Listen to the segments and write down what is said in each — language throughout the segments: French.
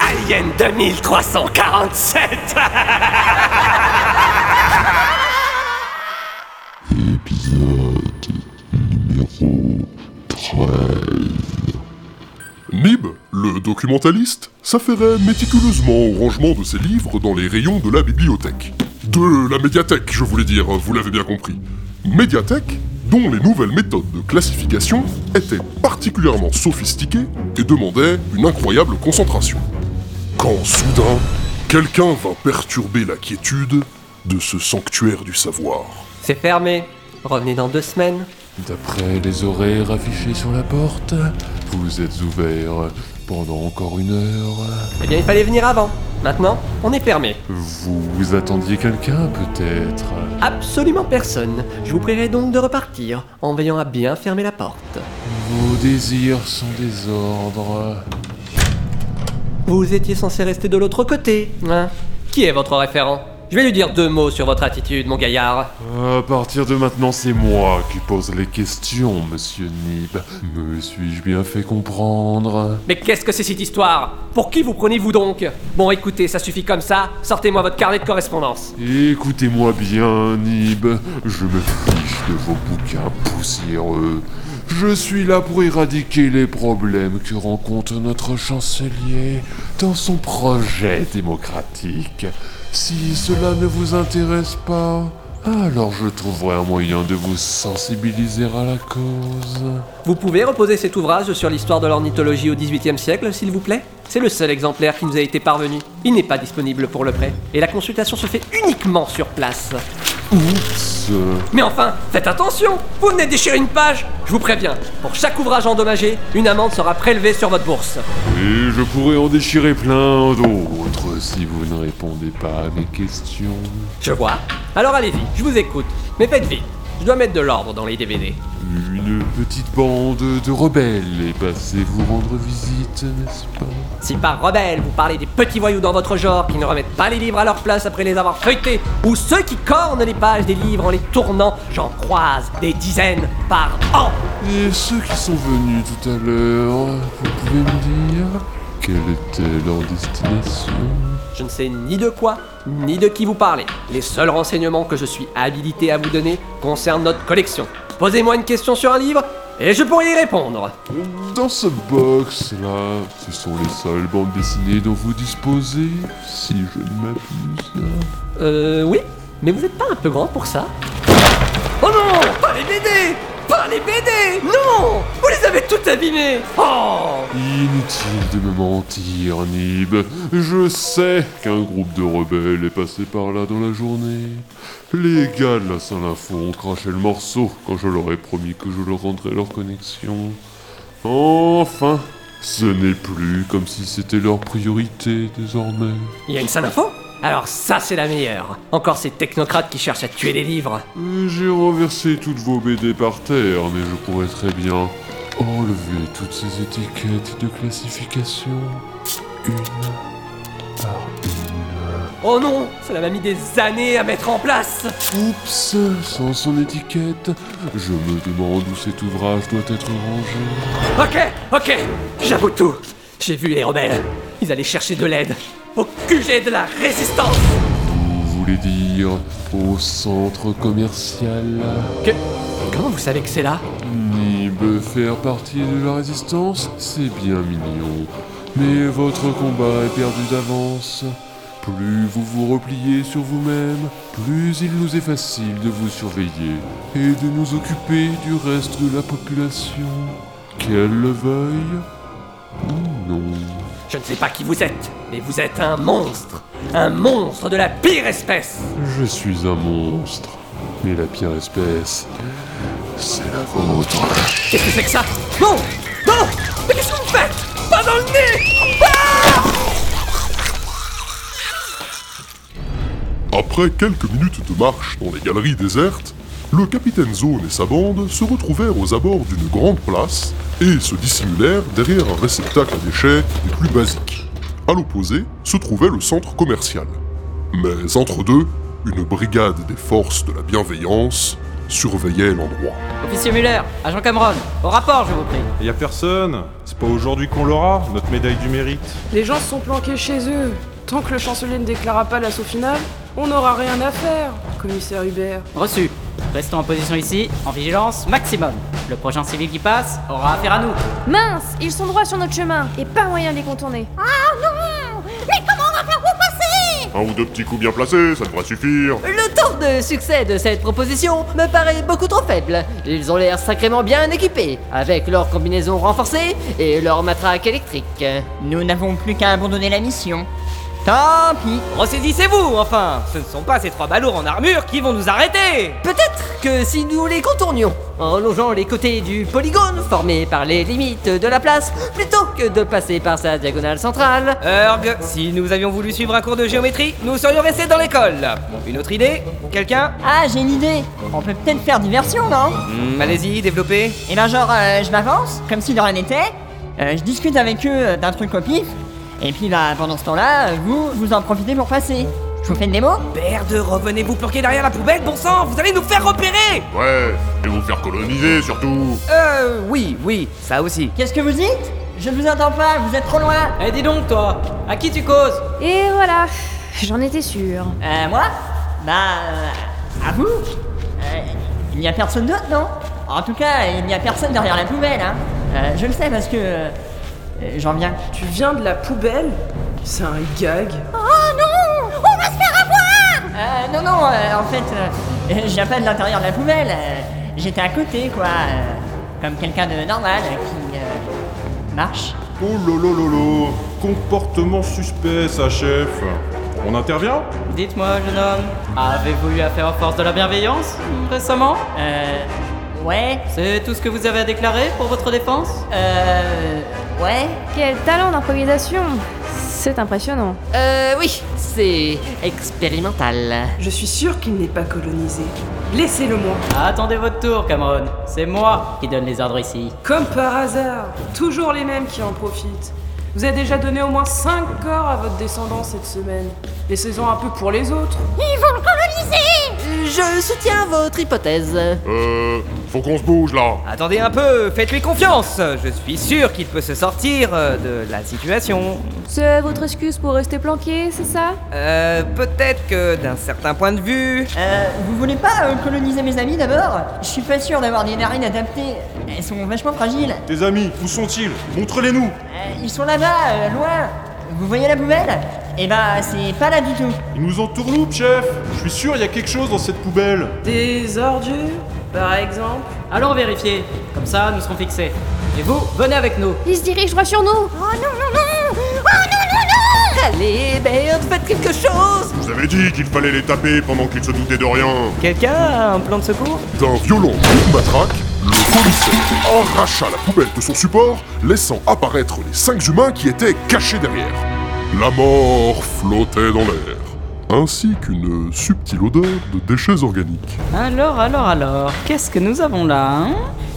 Alien 2347 Épisode numéro 13. Nib, le documentaliste, s'affairait méticuleusement au rangement de ses livres dans les rayons de la bibliothèque. De la médiathèque, je voulais dire, vous l'avez bien compris. Médiathèque dont les nouvelles méthodes de classification étaient particulièrement sophistiquées et demandaient une incroyable concentration. Quand soudain, quelqu'un vint perturber la quiétude de ce sanctuaire du savoir. C'est fermé. Revenez dans deux semaines. D'après les horaires affichés sur la porte, vous êtes ouvert pendant encore une heure. Eh bien, il fallait venir avant. Maintenant, on est fermé. Vous, vous attendiez quelqu'un peut-être Absolument personne. Je vous prierai donc de repartir en veillant à bien fermer la porte. Vos désirs sont des ordres. Vous étiez censé rester de l'autre côté, hein Qui est votre référent Je vais lui dire deux mots sur votre attitude, mon gaillard. À partir de maintenant, c'est moi qui pose les questions, monsieur Nib. Me suis-je bien fait comprendre Mais qu'est-ce que c'est cette histoire Pour qui vous prenez-vous donc Bon, écoutez, ça suffit comme ça. Sortez-moi votre carnet de correspondance. Écoutez-moi bien, Nib. Je me fiche de vos bouquins poussiéreux. Je suis là pour éradiquer les problèmes que rencontre notre chancelier dans son projet démocratique. Si cela ne vous intéresse pas, alors je trouverai un moyen de vous sensibiliser à la cause. Vous pouvez reposer cet ouvrage sur l'histoire de l'ornithologie au XVIIIe siècle, s'il vous plaît C'est le seul exemplaire qui nous a été parvenu. Il n'est pas disponible pour le prêt, et la consultation se fait uniquement sur place. Oups Mais enfin, faites attention Vous venez de déchirer une page Je vous préviens, pour chaque ouvrage endommagé, une amende sera prélevée sur votre bourse. Et je pourrais en déchirer plein d'autres si vous ne répondez pas à mes questions. Je vois. Alors allez-y, je vous écoute. Mais faites vite, je dois mettre de l'ordre dans les DVD. Une petite bande de rebelles est passée vous rendre visite, n'est-ce pas Si par rebelle, vous parlez des petits voyous dans votre genre qui ne remettent pas les livres à leur place après les avoir feuilletés, ou ceux qui cornent les pages des livres en les tournant, j'en croise des dizaines par an Et ceux qui sont venus tout à l'heure, vous pouvez me dire quelle était leur destination Je ne sais ni de quoi, ni de qui vous parlez. Les seuls renseignements que je suis habilité à vous donner concernent notre collection. Posez-moi une question sur un livre, et je pourrai y répondre. Dans ce box-là, ce sont les seules bandes dessinées dont vous disposez, si je ne m'abuse. Euh, oui, mais vous êtes pas un peu grand pour ça Oh non Pas les BD Pas les BD Non Vous les avez toutes abîmées Oh Inutile de me mentir, Nib. Je sais qu'un groupe de rebelles est passé par là dans la journée. Les gars de la Saint-Lafon ont craché le morceau quand je leur ai promis que je leur rendrais leur connexion. Enfin, ce n'est plus comme si c'était leur priorité désormais. Il y a une salle info Alors ça, c'est la meilleure Encore ces technocrates qui cherchent à tuer les livres Euh, J'ai renversé toutes vos BD par terre, mais je pourrais très bien enlever toutes ces étiquettes de classification. Une par Oh non Cela m'a mis des années à mettre en place une. Oups, sans son étiquette, je me demande où cet ouvrage doit être rangé. Ok, ok J'avoue tout J'ai vu les rebelles Ils allaient chercher de l'aide au QG de la résistance Vous voulez dire au centre commercial Que... Comment vous savez que c'est là Nib, faire partie de la résistance, c'est bien mignon. Mais votre combat est perdu d'avance. Plus vous vous repliez sur vous-même, plus il nous est facile de vous surveiller et de nous occuper du reste de la population. Qu'elle le veuille ou non. Je ne sais pas qui vous êtes, mais vous êtes un monstre Un monstre de la pire espèce Je suis un monstre. Mais la pire espèce, c'est la vôtre. Qu'est-ce que c'est que ça Non Non Mais qu'est-ce que vous faites Pas dans le nez Ah! Après quelques minutes de marche dans les galeries désertes, le capitaine Zone et sa bande se retrouvèrent aux abords d'une grande place et se dissimulèrent derrière un réceptacle à déchets des plus basiques. À l'opposé se trouvait le centre commercial. Mais entre deux, une brigade des forces de la bienveillance surveillaient l'endroit. Officier Muller, agent Cameron, au rapport, je vous prie. Y a personne C'est pas aujourd'hui qu'on l'aura, notre médaille du mérite. Les gens se sont planqués chez eux. Tant que le chancelier ne déclara pas l'assaut final, on n'aura rien à faire, commissaire Hubert. Reçu. Restons en position ici, en vigilance maximum. Le prochain civil qui passe aura affaire à nous. Mince, ils sont droits sur notre chemin et pas moyen de les contourner. Ah non Mais comment on va faire pour passer Un ou deux petits coups bien placés, ça devrait suffire. Le taux de succès de cette proposition me paraît beaucoup trop faible. Ils ont l'air sacrément bien équipés, avec leur combinaison renforcée et leur matraque électrique. Nous n'avons plus qu'à abandonner la mission. Tant pis. Ressaisissez-vous, enfin Ce ne sont pas ces trois balourds en armure qui vont nous arrêter Peut-être que si nous les contournions, en longeant les côtés du polygone formé par les limites de la place, plutôt que de passer par sa diagonale centrale. Erg, si nous avions voulu suivre un cours de géométrie, nous serions restés dans l'école. Une autre idée Quelqu'un Ah, j'ai une idée. On peut peut-être faire diversion, non Hmm, Allez-y, développez. Et ben genre, euh, je m'avance, comme si de rien n'était. euh, je discute avec eux euh, d'un truc au pif. Et puis bah, pendant ce temps-là, euh, vous, vous en profitez pour passer. Je vous fais une démo Merde, revenez vous planquer derrière la poubelle, bon sang Vous allez nous faire repérer Ouais, et vous faire coloniser surtout. Euh, oui, oui, ça aussi. Qu'est-ce que vous dites Je ne vous entends pas, vous êtes trop loin. Eh, dis donc, toi À qui tu causes Et voilà, j'en étais sûre. Euh, moi Bah, euh, à vous Euh, Il n'y a personne d'autre, non En tout cas, il n'y a personne derrière la poubelle, hein. Euh, je le sais parce que... euh, euh, J'en viens. Tu viens de la poubelle C'est un gag. Oh non On va se faire avoir Euh, non, non, euh, en fait, euh, je viens pas de l'intérieur de la poubelle. euh, J'étais à côté, quoi. euh, comme quelqu'un de normal euh, qui... euh, marche. Oh lolololo Comportement suspect, ça, chef On intervient Dites-moi, jeune homme, avez-vous eu affaire aux forces de la bienveillance récemment Euh... Ouais. C'est tout ce que vous avez à déclarer pour votre défense Euh... Ouais. Quel talent d'improvisation C'est impressionnant. Euh, oui, c'est expérimental. Je suis sûre qu'il n'est pas colonisé. Laissez-le moi. Attendez votre tour, Cameron. C'est moi qui donne les ordres ici. Comme par hasard, toujours les mêmes qui en profitent. Vous avez déjà donné au moins 5 corps à votre descendant cette semaine. Laissez-en un peu pour les autres. Ils vont le coloniser Je soutiens votre hypothèse. Euh, faut qu'on se bouge là. Attendez un peu, faites-lui confiance. Je suis sûr qu'il peut se sortir euh, de la situation. C'est votre excuse pour rester planqué, c'est ça Euh, peut-être que d'un certain point de vue. Euh, vous voulez pas euh, coloniser mes amis d'abord Je suis pas sûr d'avoir des narines adaptées. Elles sont vachement fragiles. Tes amis, où sont-ils Montre-les-nous Euh, ils sont là-bas, euh, loin. Vous voyez la poubelle Eh bah, c'est pas là du tout. Ils nous entourloupent, chef Je suis sûr, il y a quelque chose dans cette poubelle Des ordures, par exemple. Allons vérifier. Comme ça, nous serons fixés. Et vous, venez avec nous. Ils se dirigent droit sur nous Oh non, non, non Oh non, non, non Allez, merde, faites quelque chose Vous avez dit qu'il fallait les taper pendant qu'ils se doutaient de rien. Quelqu'un a un plan de secours D'un violent coup de matraque, le commissaire arracha la poubelle de son support, laissant apparaître les cinq humains qui étaient cachés derrière. La mort flottait dans l'air, ainsi qu'une subtile odeur de déchets organiques. Alors, alors, alors, qu'est-ce que nous avons là hein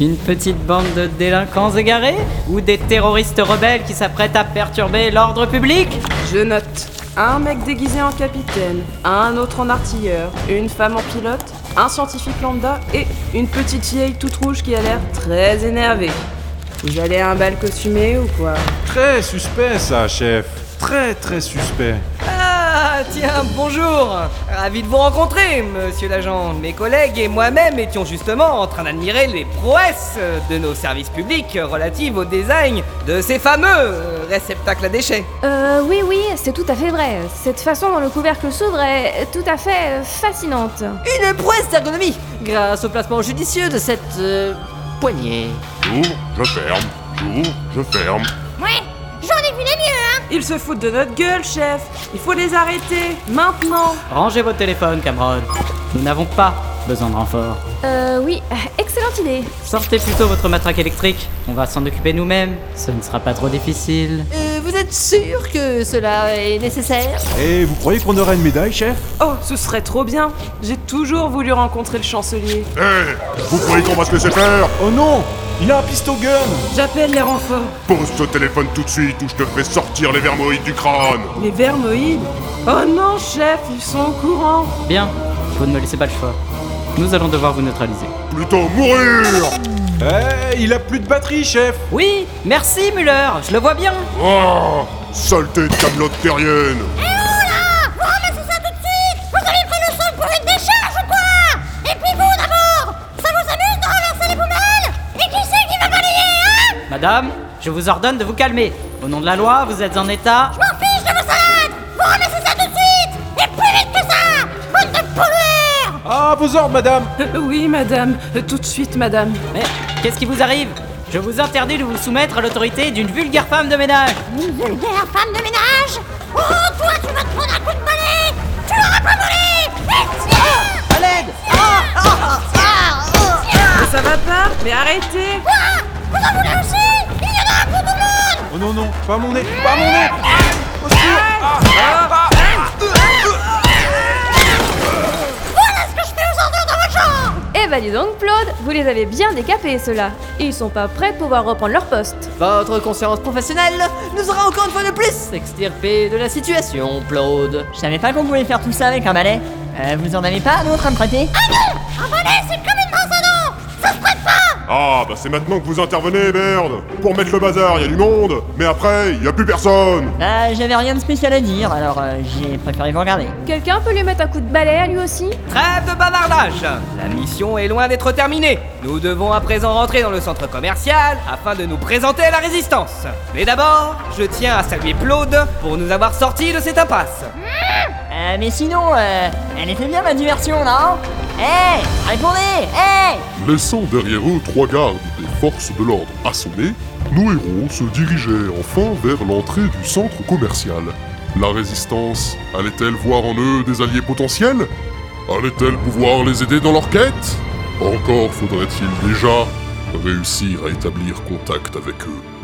Une petite bande de délinquants égarés Ou des terroristes rebelles qui s'apprêtent à perturber l'ordre public Je note un mec déguisé en capitaine, un autre en artilleur, une femme en pilote, un scientifique lambda et une petite vieille toute rouge qui a l'air très énervée. Vous allez à un bal costumé ou quoi Très suspect, ça, chef Très, très suspect Ah, tiens, bonjour Ravi de vous rencontrer, monsieur l'agent. Mes collègues et moi-même étions justement en train d'admirer les prouesses de nos services publics relatives au design de ces fameux euh, réceptacles à déchets. Euh, oui, oui, c'est tout à fait vrai. Cette façon dont le couvercle s'ouvre est tout à fait fascinante. Une prouesse d'ergonomie grâce au placement judicieux de cette euh, poignée. J'ouvre, je ferme. J'ouvre, je ferme. Ouais, j'en ai vu les mieux, hein Ils se foutent de notre gueule, chef Il faut les arrêter, maintenant Rangez votre téléphone, Cameron. Nous n'avons pas besoin de renfort. Euh, oui, excellente idée. Sortez plutôt votre matraque électrique. On va s'en occuper nous-mêmes. Ce ne sera pas trop difficile. Euh, vous êtes sûr que cela est nécessaire Et vous croyez qu'on aura une médaille, chef Oh, ce serait trop bien J'ai toujours voulu rencontrer le chancelier. Hé Vous croyez qu'on va se laisser faire Oh non Il a un pistolet gun J'appelle les renforts. Pose ce téléphone tout de suite ou je te fais sortir les vermoïdes du crâne. Les vermoïdes Oh non, chef, ils sont au courant Bien, vous ne me laissez pas le choix. Nous allons devoir vous neutraliser. Plutôt mourir Eh, il a plus de batterie, chef Oui, merci Muller, je le vois bien Oh. Ah Saleté de camelote terrienne Eh oh là Vous ramassez ça tout de suite Vous avez pris le sol pour une décharge ou quoi Et puis vous d'abord Ça vous amuse de renverser les poubelles Et qui c'est qui va balayer, hein Madame, je vous ordonne de vous calmer. Au nom de la loi, vous êtes en état... Je m'en fiche de vos salades Vous ramassez ça tout de suite Et plus vite que ça Bande de pollueurs Ah, vos ordres, madame Oui, madame, Euh, tout de suite, madame. Mais qu'est-ce qui vous arrive Je vous interdis de vous soumettre à l'autorité d'une vulgaire femme de ménage. Une vulgaire femme de ménage Oh, toi, tu vas te prendre un coup de balai Tu l'auras pas volé À l'aide Ah, Mais ça va pas Mais arrêtez Quoi Vous en voulez aussi Il y en a un pour tout le monde Oh non, non, pas mon nez Pas mon nez Voilà ce que je fais aux ordures dans votre chambre Eh bah dis donc, Claude, vous les avez bien décapés, ceux-là. Ils sont pas prêts de pouvoir reprendre leur poste. Votre conscience professionnelle nous aura encore une fois de plus extirpé de la situation, Claude. Je savais pas qu'on pouvait faire tout ça avec un balai. Euh, vous en avez pas un autre à me prêter Ah Un balai, c'est comme une pince à dents Ça se prête pas Ah, bah c'est maintenant que vous intervenez, merde Pour mettre le bazar, il y a du monde, mais après, il y a plus personne Bah, j'avais rien de spécial à dire, alors euh, j'ai préféré vous regarder. Quelqu'un peut lui mettre un coup de balai à lui aussi Trêve de bavardage La mission est loin d'être terminée. Nous devons à présent rentrer dans le centre commercial afin de nous présenter à la résistance. Mais d'abord, je tiens à saluer Claude pour nous avoir sortis de cette impasse. Euh, mais sinon, euh, elle était bien ma diversion, non Hé Répondez Hé Laissant derrière eux trois gardes des forces de l'ordre assommés, nos héros se dirigèrent enfin vers l'entrée du centre commercial. La résistance allait-elle voir en eux des alliés potentiels Allait-elle pouvoir les aider dans leur quête Encore faudrait-il déjà réussir à établir contact avec eux.